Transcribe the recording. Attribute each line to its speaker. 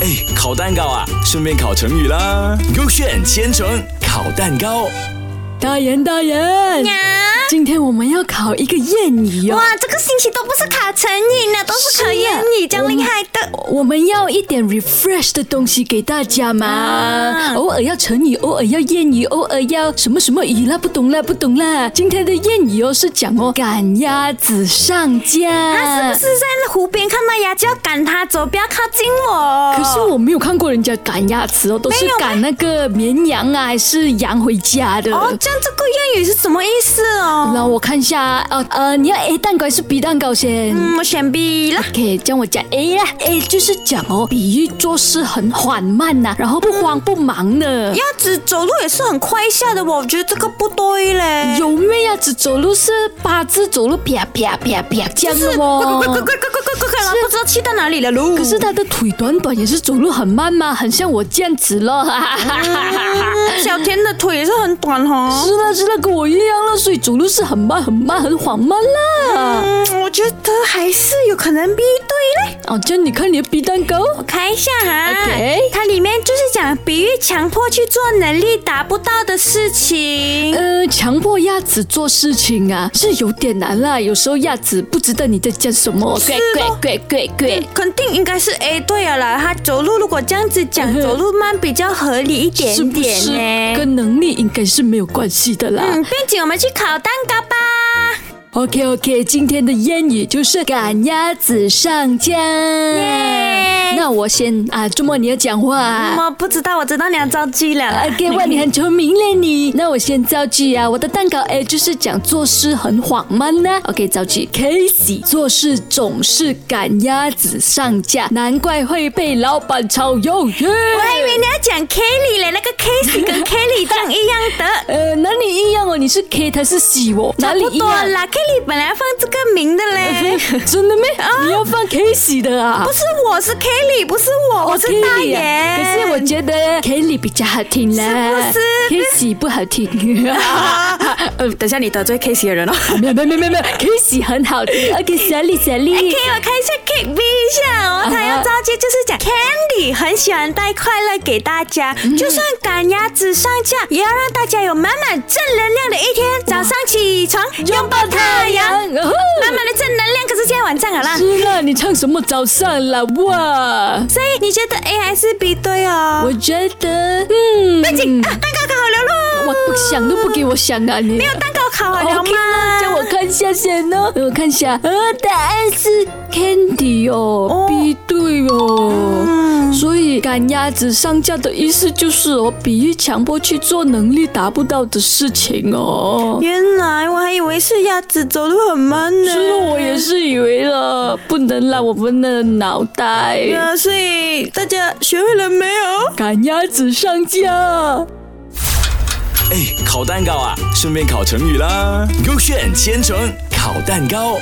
Speaker 1: 哎，烤蛋糕啊，顺便烤成语啦。勾选千层烤蛋糕，
Speaker 2: 大人大人，
Speaker 3: 呀，
Speaker 2: 今天我们要考一个谚语哦。
Speaker 3: 哇，这个星期都不是考成语呢，都是考
Speaker 2: 是啊
Speaker 3: 英语，这样厉害的。
Speaker 2: 我们要一点 refresh 的东西给大家嘛，
Speaker 3: 啊
Speaker 2: 偶尔要成语，偶尔要谚语，偶尔要什么什么语啦，不懂啦，不懂啦。今天的谚语哦是讲哦赶鸭子上架，
Speaker 3: 他啊是不是在湖边看到鸭就要赶它走，不要靠近我？
Speaker 2: 可是我没有看过人家赶鸭子哦，都是
Speaker 3: 没有吗
Speaker 2: 赶那个绵羊啊，还是羊回家的。
Speaker 3: 哦，这样这个谚语是什么意思哦？
Speaker 2: 那我看一下啊，哦呃，你要 A 蛋糕还是 B 蛋糕先？
Speaker 3: 嗯，我选 B 啦。
Speaker 2: OK，这样我讲 A 啦，A 就是讲哦，比喻做事很缓慢呐、然后不慌不忙的。
Speaker 3: 鸭子走路也是很快下的，我觉得这个不对嘞。
Speaker 2: 有没呀？只走路是八字走路，啪啪啪啪这样
Speaker 3: 是，
Speaker 2: 的
Speaker 3: 快快快快
Speaker 2: 哦。
Speaker 3: 快快快快快快，然后不知道去到哪里了喽。
Speaker 2: 可是他的腿短短，也是走路很慢嘛，很像我这样子咯。哈哈哈哈
Speaker 3: 嗯小田的腿也是很短哦。
Speaker 2: 是啦是啦，跟我一样啦，所以走路是很慢很慢很缓慢啦。
Speaker 3: 嗯，我觉得还是有可能 B 对嘞。
Speaker 2: 哦，这样你看你的 B 蛋糕，
Speaker 3: 我看一下哈
Speaker 2: OK
Speaker 3: 它里面就是讲比喻强迫去做能力达不到的事情。
Speaker 2: 呃，强迫鸭子做事情啊，是有点难啦。有时候鸭子不知道你在讲什么，
Speaker 3: 是
Speaker 2: 怪
Speaker 3: 咯
Speaker 2: 怪怪怪怪。
Speaker 3: 肯定应该是 A 对了啦，他走路如果这样子讲，
Speaker 2: 嗯哼
Speaker 3: 走路慢比较合理一点
Speaker 2: 是不
Speaker 3: 点
Speaker 2: 是
Speaker 3: 呢。
Speaker 2: 跟能力应该是没有关系的啦。
Speaker 3: 嗯，并且我们去烤蛋糕吧。
Speaker 2: OK OK，今天的谚语就是赶鸭子上架。
Speaker 3: 耶
Speaker 2: 那我先啊，周末你要讲话、啊。呃
Speaker 3: 我不知道，我知道你要造句了啦。
Speaker 2: OK，哇，你很聪明嘞你。那我先造句啊，我的蛋糕 A 就是讲做事很缓慢呢、OK，造句 Casey 做事总是赶鸭子上架，难怪会被老板炒鱿鱼。
Speaker 3: 我还以为你要讲 Kelly 嘞，那个 Casey 跟 Kelly 这样一样的。
Speaker 2: 呃，哪里一样哦？你是 K 他是 C 哦？哪
Speaker 3: 差
Speaker 2: 里
Speaker 3: 不
Speaker 2: 一
Speaker 3: 多
Speaker 2: 样？呃
Speaker 3: 啦，Kelly 本来要放这个名的嘞，
Speaker 2: 真 的没？你要放 Casey 的啊
Speaker 3: 啊不？是我是 Kelly，不是我，我是大
Speaker 2: Kelly
Speaker 3: 爷。
Speaker 2: 啊可是我觉得 Kelly 比较好听啦，
Speaker 3: 是不
Speaker 2: k i s s y 不好 听。
Speaker 3: 呃，等一下你得罪 Casey 的人了。
Speaker 2: 没有没有没有没有 k i s s y 很好听。OK，小李小
Speaker 3: 可
Speaker 2: 李
Speaker 3: 以，我看一下哎 K B 一下
Speaker 2: 啊
Speaker 3: 哦，他要造句就是讲 Candy 很喜欢带快乐给大家，
Speaker 2: 嗯
Speaker 3: 就算赶鸭子上架，也要让大家有满满正能量的一天。早上起床拥抱太阳，
Speaker 2: 哦
Speaker 3: 满满的正能量。可是现在晚上啊好啦，
Speaker 2: 是啦，你唱什么早上啦？哇，
Speaker 3: 所以你觉得 A 还是 B 对
Speaker 2: 我
Speaker 3: 哦？
Speaker 2: 觉得，嗯，
Speaker 3: 不行，啊蛋糕烤好了咯，
Speaker 2: 我不想都不给我想啊你。
Speaker 3: 没有蛋糕烤好了
Speaker 2: OK 啦叫我
Speaker 3: 吗？
Speaker 2: 看一下先哦，我看一下，呃，答案是 Candy 哦
Speaker 3: 哦
Speaker 2: ，B 对哦。
Speaker 3: 嗯
Speaker 2: 所以赶鸭子上架的意思就是哦，比喻强迫去做能力达不到的事情哦。
Speaker 3: 原来我还以为是鸭子走路很慢呢。
Speaker 2: 是了，我也是以为了，不能让我们的脑袋
Speaker 3: 呀，所以大家学会了没有？
Speaker 2: 赶鸭子上架。
Speaker 1: 哎，烤蛋糕啊，顺便烤成语啦。勾选千层烤蛋糕。